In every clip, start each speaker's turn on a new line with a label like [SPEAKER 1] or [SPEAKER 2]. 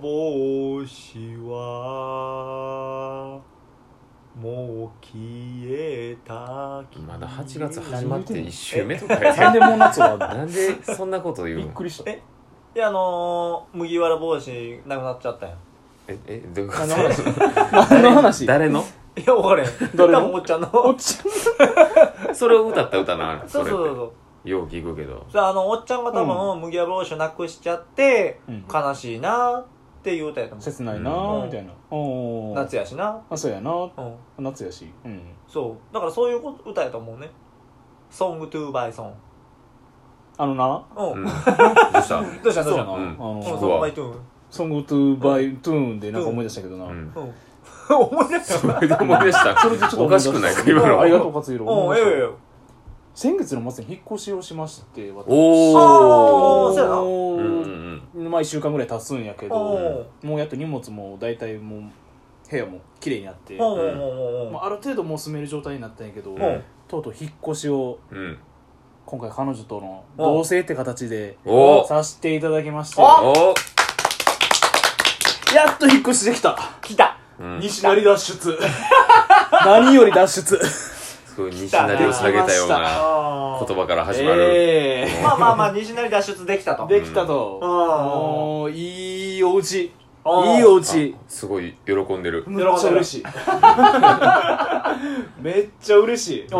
[SPEAKER 1] 帽子はもう消えた
[SPEAKER 2] まだ8月始まって1週目とか
[SPEAKER 3] な
[SPEAKER 2] や
[SPEAKER 3] ん
[SPEAKER 2] で
[SPEAKER 3] でもう夏は
[SPEAKER 2] なんでそんなこと言
[SPEAKER 3] び
[SPEAKER 2] う
[SPEAKER 3] っ
[SPEAKER 2] の
[SPEAKER 3] くりした
[SPEAKER 1] えいやあのー、麦わら帽子なくなっちゃったやん
[SPEAKER 2] ええどういうこ
[SPEAKER 3] 何の 話
[SPEAKER 2] と
[SPEAKER 3] 何の話
[SPEAKER 2] 誰の
[SPEAKER 1] いや分からへん
[SPEAKER 3] 誰の
[SPEAKER 1] 多分おっちゃんの
[SPEAKER 3] おっちゃん
[SPEAKER 2] それを歌った歌な
[SPEAKER 1] そうそうそう
[SPEAKER 2] れっ
[SPEAKER 1] そう
[SPEAKER 2] てよう聞くけど
[SPEAKER 1] さああのおっちゃんが多分、麦わら帽子をなくしちゃって、
[SPEAKER 3] うん
[SPEAKER 1] 悲しいなって言うたやと思う
[SPEAKER 3] 切ないなーみたいなおー
[SPEAKER 1] 夏やしな
[SPEAKER 3] あそうやな
[SPEAKER 1] うん
[SPEAKER 3] 夏やしうん
[SPEAKER 1] そうだからそういうこと歌やと思うね「ソングトゥーバイソン
[SPEAKER 3] あのな」
[SPEAKER 1] うん、
[SPEAKER 2] うんどうした
[SPEAKER 1] どうしたどうした
[SPEAKER 3] やなあ
[SPEAKER 2] うん
[SPEAKER 1] うん
[SPEAKER 2] 聞
[SPEAKER 1] ソ
[SPEAKER 2] く
[SPEAKER 1] ン
[SPEAKER 2] わ
[SPEAKER 3] の
[SPEAKER 1] グバイトゥーン
[SPEAKER 3] ソングトゥーバイトゥーンでなんか思い出したけどな
[SPEAKER 2] うん
[SPEAKER 1] うん思い出した
[SPEAKER 2] それで思い出した
[SPEAKER 3] それでちょっと
[SPEAKER 2] お
[SPEAKER 3] 思い
[SPEAKER 2] か
[SPEAKER 3] 出
[SPEAKER 2] しくないか
[SPEAKER 3] た
[SPEAKER 2] 今
[SPEAKER 3] ありが
[SPEAKER 2] の
[SPEAKER 3] とう勝
[SPEAKER 1] うんええ
[SPEAKER 3] 弘
[SPEAKER 1] よ
[SPEAKER 3] 先月の末に引っ越しをしまして私
[SPEAKER 1] あ
[SPEAKER 2] お
[SPEAKER 1] ーそうやな
[SPEAKER 2] うんうんう
[SPEAKER 3] お
[SPEAKER 2] ん
[SPEAKER 3] ーまあ1週間ぐらい経つんやけ
[SPEAKER 1] お
[SPEAKER 3] ど
[SPEAKER 1] う
[SPEAKER 3] もうやっと荷物も大体もう部屋も綺麗になって
[SPEAKER 1] おうおうおうおう
[SPEAKER 3] まあ、ある程度もう住める状態になったんやけど、
[SPEAKER 1] うん
[SPEAKER 3] とうとう引っ越しを
[SPEAKER 2] うん
[SPEAKER 3] 今回彼女との
[SPEAKER 1] うん
[SPEAKER 3] 同棲って形で
[SPEAKER 2] おー
[SPEAKER 3] させていただきまして
[SPEAKER 1] あ
[SPEAKER 2] お
[SPEAKER 3] やっと引っ越しできた
[SPEAKER 1] 来た
[SPEAKER 2] うん
[SPEAKER 3] 西成脱出何より脱出
[SPEAKER 2] すごい西成を下げたような
[SPEAKER 1] あ
[SPEAKER 2] 言葉から始まる
[SPEAKER 3] ええ
[SPEAKER 1] まあまあまあ西成脱出できたと
[SPEAKER 3] できたと、
[SPEAKER 1] うん
[SPEAKER 3] もういいお家いい
[SPEAKER 1] うん
[SPEAKER 3] お家
[SPEAKER 2] あすごい喜んでる
[SPEAKER 3] めっちゃ嬉 しいめっちゃ嬉しいほ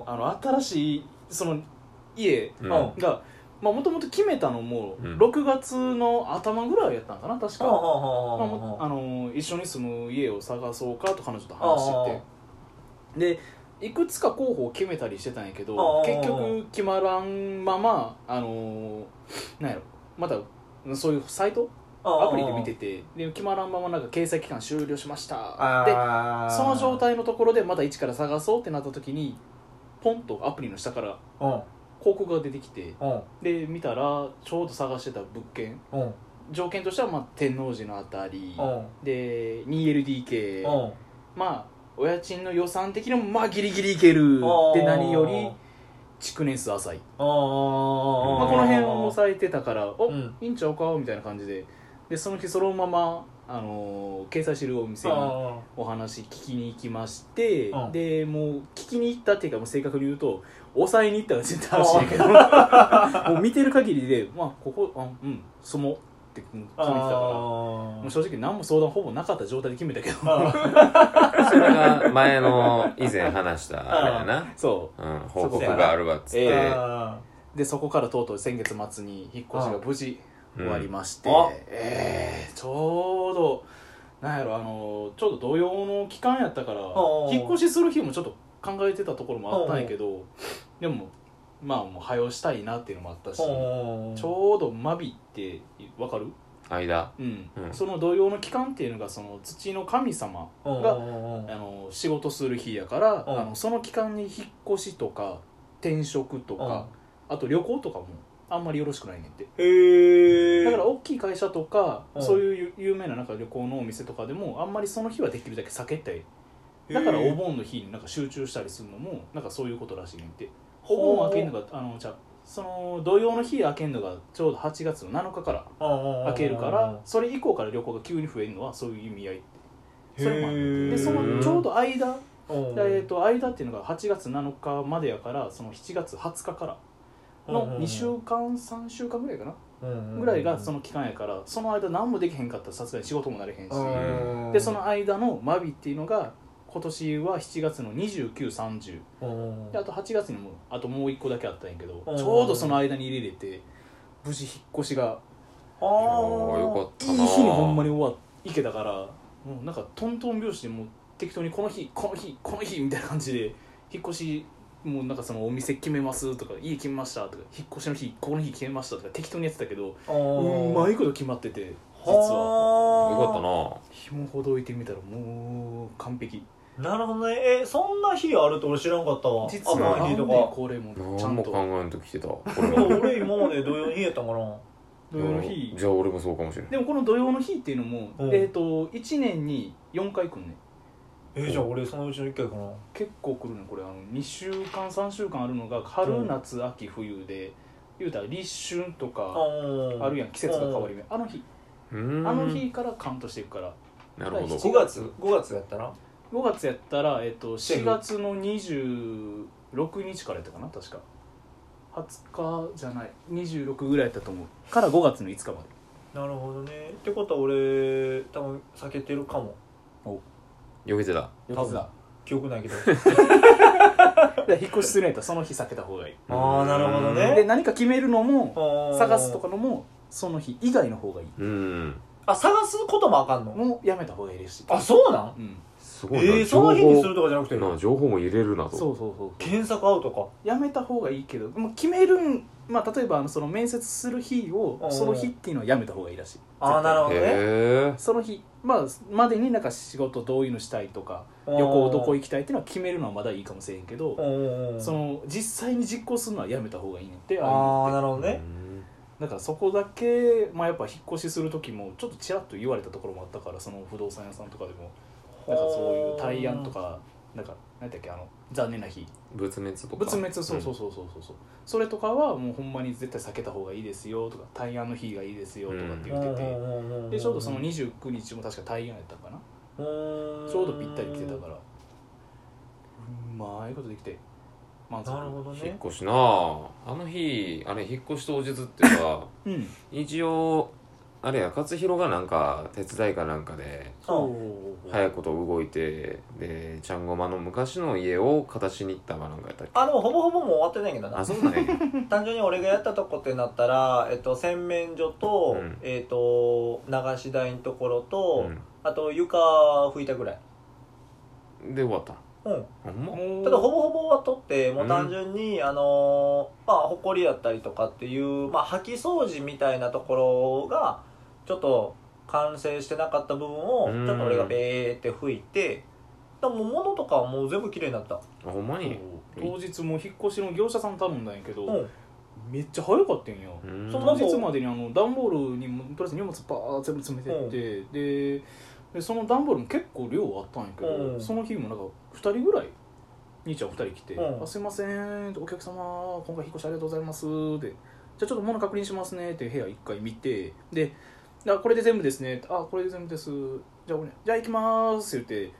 [SPEAKER 1] お
[SPEAKER 3] んまにあの新しいその家
[SPEAKER 2] うん
[SPEAKER 1] うん
[SPEAKER 3] がもともと決めたのも
[SPEAKER 2] うん
[SPEAKER 3] 6月の頭ぐらいやったんかな確か、
[SPEAKER 1] おうおうおう
[SPEAKER 3] まあ
[SPEAKER 1] おうお
[SPEAKER 3] も
[SPEAKER 1] う
[SPEAKER 3] あの一緒に住む家を探そうかと彼女と話しててでいくつか候補を決めたりしてたんやけ
[SPEAKER 1] おうおうお
[SPEAKER 3] ど
[SPEAKER 1] う
[SPEAKER 3] 結局決まらんままあのなんやろまたそういうサイトアプリで見ててで決まらんままなんか掲載期間終了しましたで
[SPEAKER 1] あー
[SPEAKER 3] その状態のところでまた一から探そうってなった時にポンとアプリの下から
[SPEAKER 1] うん
[SPEAKER 3] 広告が出てきて
[SPEAKER 1] うん
[SPEAKER 3] で見たらちょうど探してた物件
[SPEAKER 1] うん
[SPEAKER 3] 条件としてはまあ天王寺のあたり
[SPEAKER 1] うん
[SPEAKER 3] で 2LDK
[SPEAKER 1] うん
[SPEAKER 3] まあお家賃の予算的にもまあギリギリいける
[SPEAKER 1] うん
[SPEAKER 3] で何より築年数浅い、
[SPEAKER 1] うん
[SPEAKER 2] うん
[SPEAKER 3] まあ、この辺を抑えてたからお、
[SPEAKER 1] うん
[SPEAKER 3] いいんちゃうかみたいな感じででその日そのまま、あのー掲載してるお店に
[SPEAKER 1] う
[SPEAKER 3] お話聞きに行きまして、
[SPEAKER 1] うん
[SPEAKER 3] でもう聞きに行ったっていうかもう正確に言うと抑えに行ったら全然話ないけど もう見てる限りでまあここあうんそもって決めてたからもう正直何も相談ほぼなかった状態で決めたけど
[SPEAKER 2] それが前の以前話したあれやな
[SPEAKER 3] そ
[SPEAKER 2] うん、報告があるわっつって、
[SPEAKER 3] ええ
[SPEAKER 1] あ
[SPEAKER 3] うでそこからとうとう先月末に引っ越しが無事終わりまして、
[SPEAKER 1] うんあ
[SPEAKER 3] えーちょうどなんやろあのちょうど同様の期間やったから
[SPEAKER 1] うん
[SPEAKER 3] 引っ越しする日もちょっと考えてたところもあったんやけどでもまあもう早押したいなっていうのもあったし
[SPEAKER 1] ーうん
[SPEAKER 3] ちょうどマビってわかる
[SPEAKER 2] 間
[SPEAKER 3] うん、
[SPEAKER 2] うん
[SPEAKER 3] その同様の期間っていうのがその土の神様
[SPEAKER 1] うん
[SPEAKER 3] が
[SPEAKER 1] うん
[SPEAKER 3] あの仕事する日やから
[SPEAKER 1] うん
[SPEAKER 3] あのその期間に引っ越しとか転職とかあと旅行とかもあんまりよろしくないねんって
[SPEAKER 1] へえ
[SPEAKER 3] だから大きい会社とか、
[SPEAKER 1] うん
[SPEAKER 3] そういう有名ななんか旅行のお店とかでもあんまりその日はできるだけ避けたいだからお盆の日になんか集中したりするのもなんかそういうことらしいねんってお盆を開けるのがあのじゃあその土曜の日開けるのがちょうど8月の7日から
[SPEAKER 1] 開
[SPEAKER 3] 開けるからそれ以降から旅行が急に増えるのはそういう意味合いそれもある
[SPEAKER 1] へー
[SPEAKER 3] でそのちょうど間、
[SPEAKER 1] うん
[SPEAKER 3] えー、と間っていうのが8月7日までやからその7月20日からの2週間3週間ぐらいかなぐらいがそ
[SPEAKER 1] の
[SPEAKER 3] の期間やからその間何もできへんかったらさすがに仕事もなれへんし、
[SPEAKER 2] ん
[SPEAKER 3] でその間のマビっていうのが今年は7月の2930であと8月にもあともう1個だけあったんやけど
[SPEAKER 1] うん
[SPEAKER 3] ちょうどその間に入れれて無事引っ越しが
[SPEAKER 1] あ
[SPEAKER 2] おおーよか
[SPEAKER 1] ー
[SPEAKER 2] った
[SPEAKER 3] いい
[SPEAKER 2] な
[SPEAKER 3] 日にほんまに終わっ行けたからもうなんかトントン拍子でもう適当にこの日この日この日みたいな感じで引っ越しもうなんかそのお店決めますとか家決めましたとか引っ越しの日この日決めましたとか適当にやってたけどうまいこと決まってて実は
[SPEAKER 2] よかっ
[SPEAKER 1] は
[SPEAKER 2] たな
[SPEAKER 3] 紐ほどいてみたらもう完璧
[SPEAKER 1] あなるほどねえそんな日あるって俺知らんかったわ
[SPEAKER 3] 実
[SPEAKER 2] あ
[SPEAKER 3] は
[SPEAKER 1] 甘
[SPEAKER 3] ない
[SPEAKER 1] 日
[SPEAKER 3] ん
[SPEAKER 1] と
[SPEAKER 3] で
[SPEAKER 1] か
[SPEAKER 3] これもちゃ
[SPEAKER 2] 何
[SPEAKER 3] ん
[SPEAKER 2] も
[SPEAKER 3] と
[SPEAKER 2] 考えんと来 てたこれ
[SPEAKER 1] いや俺今まで土曜にやったんかな
[SPEAKER 3] 土曜の日
[SPEAKER 2] じゃあ俺もそうかもしれない
[SPEAKER 3] でもこの土曜の日っていうのも、
[SPEAKER 1] うん
[SPEAKER 3] えっ、と1年に4回来んね
[SPEAKER 1] えじゃあ俺そのうちの1回かな
[SPEAKER 3] 結構来るねこれあの2週間3週間あるのが春夏秋冬で言うたら立春とかあるやん季節が変わり目あの日
[SPEAKER 2] うーん
[SPEAKER 3] あの日からカウントしていくから
[SPEAKER 2] なるほど
[SPEAKER 1] 5月5月やったら
[SPEAKER 3] 5月やったら、えっと、
[SPEAKER 1] シェフ
[SPEAKER 3] 4月の26日からやったかな確か20日じゃない26ぐらいやったと思うから5月の5日まで
[SPEAKER 1] なるほどねってことは俺多分避けてるかも
[SPEAKER 2] よけてた
[SPEAKER 1] 多 分記憶ないけど
[SPEAKER 3] だから引っ越しするんやったらその日避けた方がいい
[SPEAKER 1] ああなるほどね
[SPEAKER 3] で何か決めるのも探
[SPEAKER 1] 探
[SPEAKER 3] すとかのもその日以外の方がいい
[SPEAKER 2] うん
[SPEAKER 1] あ探すこともあかんの
[SPEAKER 3] もうやめた方がいいですし
[SPEAKER 1] あそうなん
[SPEAKER 3] うん
[SPEAKER 2] すごいな、
[SPEAKER 1] えー、そ
[SPEAKER 2] 情
[SPEAKER 1] の日にする
[SPEAKER 2] 報
[SPEAKER 1] とかじゃなくて
[SPEAKER 2] な情報も入れるなと
[SPEAKER 3] そうそうそう
[SPEAKER 1] 検索アウトか
[SPEAKER 3] やめた方がいいけどもう決めるん、まあ、例えばあのその面接する日
[SPEAKER 1] う
[SPEAKER 3] を
[SPEAKER 1] ん
[SPEAKER 3] その日っていうのはやめた方がいいらしい
[SPEAKER 1] あーなるほどね
[SPEAKER 2] へえ
[SPEAKER 3] その日、まあ、までになんか仕事どういうのしたいとか
[SPEAKER 1] 旅
[SPEAKER 3] 旅行どこ行きたいっていうのは決めるのはまだいいかもしれんけど
[SPEAKER 1] 行
[SPEAKER 3] その実際に実行するのはやめた方がいいねんってあ
[SPEAKER 1] あ
[SPEAKER 3] あ
[SPEAKER 1] あなるほどね
[SPEAKER 3] だからそこだけ、まあ、やっぱ引っ越しする時もちょっとちらっと言われたところもあったからその不動産屋さんとかでもなんかそういう対案とかなんか何だっけあの残念な日
[SPEAKER 2] 仏滅とか
[SPEAKER 3] 仏滅そうそうそうそうそうそうそれとかはもうほんまに絶対避けた方がいいですよとか対案の日がいいですよとかって言ってて、でちょうどその29日も確か対案やったかな、ち
[SPEAKER 1] ち
[SPEAKER 3] ょうどぴったり来てたからうまいことできて満足
[SPEAKER 1] なるほど
[SPEAKER 2] 引っ
[SPEAKER 1] ね
[SPEAKER 2] 越しなああの日あれ引っ越し当日っていうか
[SPEAKER 3] うん
[SPEAKER 2] 一応あれや勝弘がなんか手伝いかなんかで
[SPEAKER 3] そう
[SPEAKER 2] 早いこと動いてでちゃんごまの昔の家を形に行ったかなんかやったっけ
[SPEAKER 1] あでもほぼほぼもう終わってないけどな
[SPEAKER 2] あそうなんや
[SPEAKER 1] 単純に俺がやったとこってなったら、えっと、洗面所と,、
[SPEAKER 2] うん
[SPEAKER 1] えっと流し台のところと、
[SPEAKER 2] う
[SPEAKER 1] あと床拭いたぐらい
[SPEAKER 2] んで終わった
[SPEAKER 1] うん
[SPEAKER 2] ほんま
[SPEAKER 1] ただほぼ
[SPEAKER 3] も
[SPEAKER 1] ほぼは取ってもううん単純に、あのーまあほこりやったりとかっていう、まあ、掃き掃除みたいなところがちょっと完成してなかった部分を
[SPEAKER 2] うん
[SPEAKER 1] ちょっと俺がベーって拭いてでも物とかはもう全部綺麗になった
[SPEAKER 2] あほんま
[SPEAKER 3] う
[SPEAKER 2] に
[SPEAKER 3] 当日も引っ越しの業者さん頼んだんやけど、
[SPEAKER 1] うん
[SPEAKER 3] めっちゃ早かったんや、
[SPEAKER 2] うーん
[SPEAKER 1] そんな
[SPEAKER 3] 当日までにあの段ボールにもとりあえず荷物バーッ全部詰めてって、ででその段ボールも結構量あったんやけど、
[SPEAKER 1] うん
[SPEAKER 3] その日もなんか2人ぐらい兄ちゃん2人来て「
[SPEAKER 1] うん
[SPEAKER 3] あすいません」お客様今回引っ越しありがとうございます」で「じゃあちょっと物確認しますね」って部屋1回見てで「あこれで全部ですね」あこれで全部です」じゃあ俺じゃあ行きます」って言って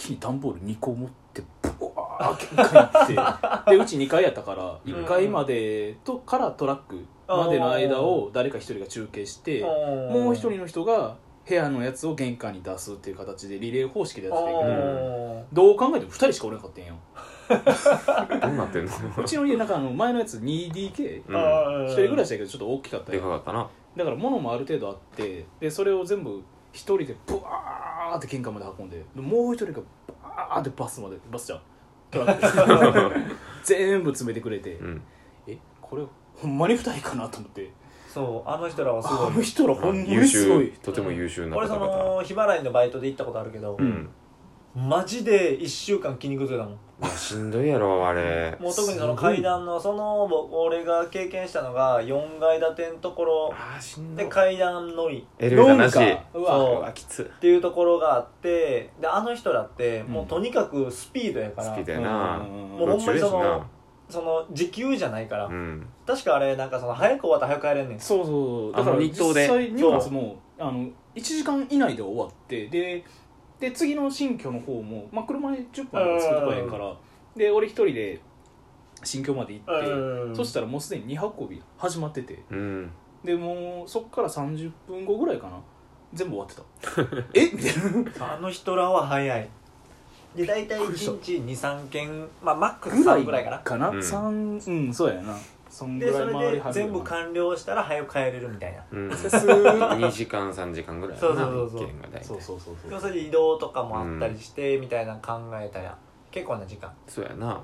[SPEAKER 3] 一気に段ボール2個持ってブワーッ結果 行ってでうち2階やったから
[SPEAKER 2] うん
[SPEAKER 3] 1階までとからトラックまでの間を誰か1人が中継しても
[SPEAKER 1] も
[SPEAKER 3] う1人の人が部屋のやつを玄関に出すっていう形でリレー方式でやってたんやけどどう考えても2人しかおらんかったんやん
[SPEAKER 2] どうなってんの
[SPEAKER 3] うちの家なんかあの前のやつ
[SPEAKER 2] う
[SPEAKER 3] 2DK1
[SPEAKER 2] ん
[SPEAKER 3] 人暮らしだけどちょっと大きかったん
[SPEAKER 2] で
[SPEAKER 3] や
[SPEAKER 2] かかったな
[SPEAKER 3] だから物もある程度あってでそれを全部一人でブワーって玄関まで運んででもう一人がバーってバスまでバスじゃんトラック 全部詰めてくれて、
[SPEAKER 2] うん
[SPEAKER 3] えこれほんまに二人かなと思って
[SPEAKER 1] そうあの人らはす
[SPEAKER 3] あ
[SPEAKER 1] ご
[SPEAKER 3] の
[SPEAKER 1] い
[SPEAKER 3] 人らほんま
[SPEAKER 2] 優
[SPEAKER 3] にすご
[SPEAKER 2] 秀
[SPEAKER 3] い
[SPEAKER 2] とても優秀な方
[SPEAKER 1] 俺そ
[SPEAKER 2] 々
[SPEAKER 1] の日払いのバイトで行ったことあるけど、
[SPEAKER 2] うん
[SPEAKER 1] マジで1週間筋肉痛だもん
[SPEAKER 2] いやしんどいやろあれ
[SPEAKER 1] もう特にその階段のその僕俺が経験したのが4階建てのところ
[SPEAKER 2] あーしんど
[SPEAKER 1] で
[SPEAKER 2] い
[SPEAKER 1] 階段のみ
[SPEAKER 2] エレベーターなし
[SPEAKER 3] どんかう
[SPEAKER 1] そう
[SPEAKER 3] わ
[SPEAKER 2] うわきつ
[SPEAKER 1] っていうところがあってであの人らって
[SPEAKER 3] うん
[SPEAKER 1] もうとにかくスピードやから、
[SPEAKER 2] 好きだよな
[SPEAKER 3] うん
[SPEAKER 1] もうほんまにその
[SPEAKER 2] 夢中やし
[SPEAKER 1] その時給じゃないから、
[SPEAKER 2] なうん
[SPEAKER 1] 確かあれなんかその早く終わったら早く帰れんねん
[SPEAKER 3] そうそうだか
[SPEAKER 2] あ
[SPEAKER 3] ら
[SPEAKER 2] の日当で
[SPEAKER 3] 実際荷物もあの1時間以内で終わってでで次の新居の方も、まあ、車で10分作るとかやからで俺一人で新居まで行って、そしたらもうすでに2運び始まってて
[SPEAKER 2] うん
[SPEAKER 3] でもうそっから30分後ぐらいかな全部終わってた えみたいな
[SPEAKER 1] あの人らは早いで大体
[SPEAKER 3] びっくりした
[SPEAKER 1] 1日23件まあマックス3ぐらいかな
[SPEAKER 3] かな
[SPEAKER 2] うん
[SPEAKER 3] 三うん、そうやなそんぐ
[SPEAKER 1] で
[SPEAKER 3] ら
[SPEAKER 1] そ
[SPEAKER 3] い
[SPEAKER 1] れ
[SPEAKER 3] 回り
[SPEAKER 1] で
[SPEAKER 3] 始め
[SPEAKER 1] 全部完了したら早く帰れるみたいな
[SPEAKER 2] うん
[SPEAKER 3] すー
[SPEAKER 2] 2時間3時間ぐらいや
[SPEAKER 1] そ
[SPEAKER 2] な
[SPEAKER 1] うそうそうそう
[SPEAKER 2] 一軒が大体
[SPEAKER 3] そうそうそう
[SPEAKER 1] で
[SPEAKER 3] そ
[SPEAKER 1] も
[SPEAKER 3] う
[SPEAKER 1] それで移動とかもあったりして、みたいなの考えたら結構な時間
[SPEAKER 2] そうやな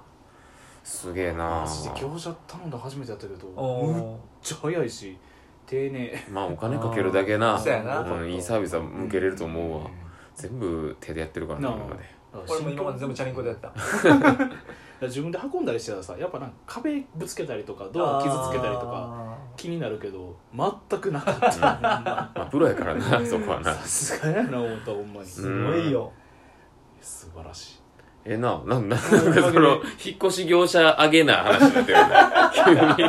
[SPEAKER 2] すげえな
[SPEAKER 3] マジで業者頼んだ初めてやったけど
[SPEAKER 1] お
[SPEAKER 3] むっちゃ早いし丁寧
[SPEAKER 2] まあお金かけるだけな
[SPEAKER 1] そうやな
[SPEAKER 2] うんいいサービスは向けれると思うわ全部手でやってるからな
[SPEAKER 3] なあ
[SPEAKER 2] 今まで
[SPEAKER 1] 俺も今まで全部チャリンコでやった
[SPEAKER 3] 自分で運んだりしてたらさやっぱなんか壁ぶつけたりとかドア傷つけたりとか
[SPEAKER 1] か
[SPEAKER 3] 気になるけど全くなかった
[SPEAKER 2] まあプロやからなそこはな
[SPEAKER 3] さすがやな思ったほんまに
[SPEAKER 2] う
[SPEAKER 1] す
[SPEAKER 3] 素
[SPEAKER 2] ん
[SPEAKER 1] ごいよ
[SPEAKER 3] 晴らしい
[SPEAKER 2] えななんだなんかその引っ越し業者上げな話になってるよね急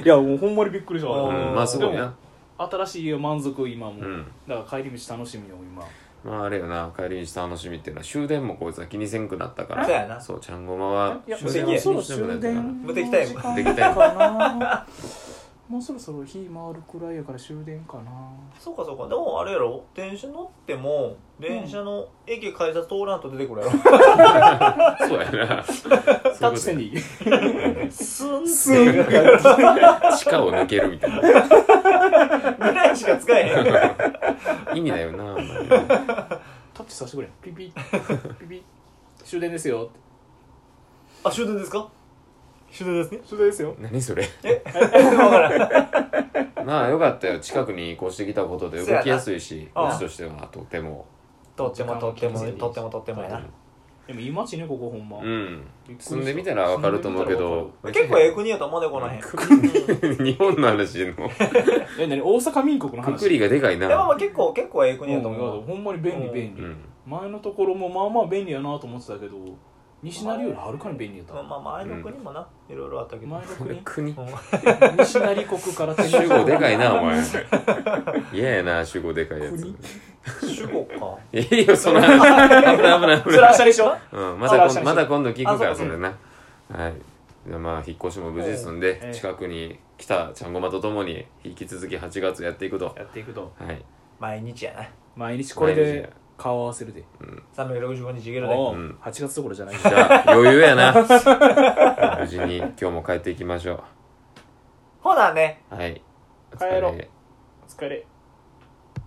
[SPEAKER 2] に
[SPEAKER 3] いやもうほんまにびっくりした
[SPEAKER 1] あー
[SPEAKER 2] うんまあすごいな
[SPEAKER 3] 新しい家は満足今も、
[SPEAKER 2] うん
[SPEAKER 3] だから帰り道楽しみよ今
[SPEAKER 2] まああれよな帰り道楽しみっていうのは終電もこいつは気にせんくなったか
[SPEAKER 1] そう
[SPEAKER 2] ら
[SPEAKER 1] やな
[SPEAKER 2] そうちゃんごまはい
[SPEAKER 3] や
[SPEAKER 1] 無
[SPEAKER 2] 終
[SPEAKER 1] 敵
[SPEAKER 2] 電
[SPEAKER 1] や
[SPEAKER 2] も気
[SPEAKER 3] そろ
[SPEAKER 2] に
[SPEAKER 3] そ
[SPEAKER 2] せんく
[SPEAKER 3] ろ
[SPEAKER 2] なっ
[SPEAKER 3] 終
[SPEAKER 2] たから
[SPEAKER 3] 電
[SPEAKER 1] 無敵タイム
[SPEAKER 2] 無敵タイム
[SPEAKER 3] な もうそろそろ日回るくらいやから終電かな
[SPEAKER 1] そうかそうかでもあれやろ電車乗っても電車の駅改札通らんと出てくるやろ、
[SPEAKER 2] そうやな
[SPEAKER 3] タッチせんでいい
[SPEAKER 1] すん
[SPEAKER 3] すんが帰って
[SPEAKER 2] 地下を抜けるみたいな
[SPEAKER 1] ぐらいしか使えへ ん
[SPEAKER 2] 意味だよなお前
[SPEAKER 3] タッチさせてくれピピピピ終電ですよ
[SPEAKER 1] あ終電ですか終電ですね
[SPEAKER 3] 終電ですよ
[SPEAKER 2] 何それ
[SPEAKER 1] 分からん
[SPEAKER 2] まあよかったよ近くに移行してきたことで動きやすいし
[SPEAKER 1] そうや
[SPEAKER 2] こ
[SPEAKER 1] な
[SPEAKER 2] っちとしてはとても
[SPEAKER 1] とってもとっても
[SPEAKER 3] 時間も
[SPEAKER 1] とってもとってもやな
[SPEAKER 3] でもいい街ねここほんま、
[SPEAKER 2] うん住んでみたらわかると思うけど
[SPEAKER 1] 結構ええ国やと思うでこの辺
[SPEAKER 2] 日本の話の
[SPEAKER 3] え何大阪民国の
[SPEAKER 2] く
[SPEAKER 3] 話
[SPEAKER 2] くりがでかい
[SPEAKER 1] でもま
[SPEAKER 2] な
[SPEAKER 1] あ結構結構ええ国やと
[SPEAKER 3] うん
[SPEAKER 1] 思う
[SPEAKER 3] ほんまに便利便
[SPEAKER 2] う
[SPEAKER 3] 利、
[SPEAKER 2] ん
[SPEAKER 3] 前のところもまあまあ便利やなと思ってたけど西成よりはるかに便利やった、
[SPEAKER 1] まあまあ前の国もな、いろいろあったけど、
[SPEAKER 3] 前の
[SPEAKER 2] これ
[SPEAKER 3] 国
[SPEAKER 2] 国
[SPEAKER 3] 西成国から天
[SPEAKER 2] 主語でかいなお前嫌やな主語でかいやつ
[SPEAKER 3] 国
[SPEAKER 1] 主語か
[SPEAKER 2] いいよその 話危ない危ない危 ない
[SPEAKER 3] それ明日でしょ
[SPEAKER 2] うん、まだ
[SPEAKER 3] あ
[SPEAKER 2] 今まだ今度聞くから
[SPEAKER 1] あそ
[SPEAKER 2] そう
[SPEAKER 1] か
[SPEAKER 2] れなはいじゃあまあ引っ越しも無事ですんで、
[SPEAKER 3] ええ
[SPEAKER 2] 近くに来たちゃんごまとともに引き続き8月やっていくと
[SPEAKER 3] やっていくと
[SPEAKER 2] はい
[SPEAKER 1] 毎日やな
[SPEAKER 3] 毎日これで顔合わせるで
[SPEAKER 1] 365日いけるで
[SPEAKER 3] おう
[SPEAKER 2] うん
[SPEAKER 3] 8月どころじゃない
[SPEAKER 2] じゃあ余裕や な無事に今日も帰っていきましょ
[SPEAKER 1] ほなね
[SPEAKER 2] うはいお
[SPEAKER 3] 帰ろう
[SPEAKER 2] れ
[SPEAKER 3] お疲れ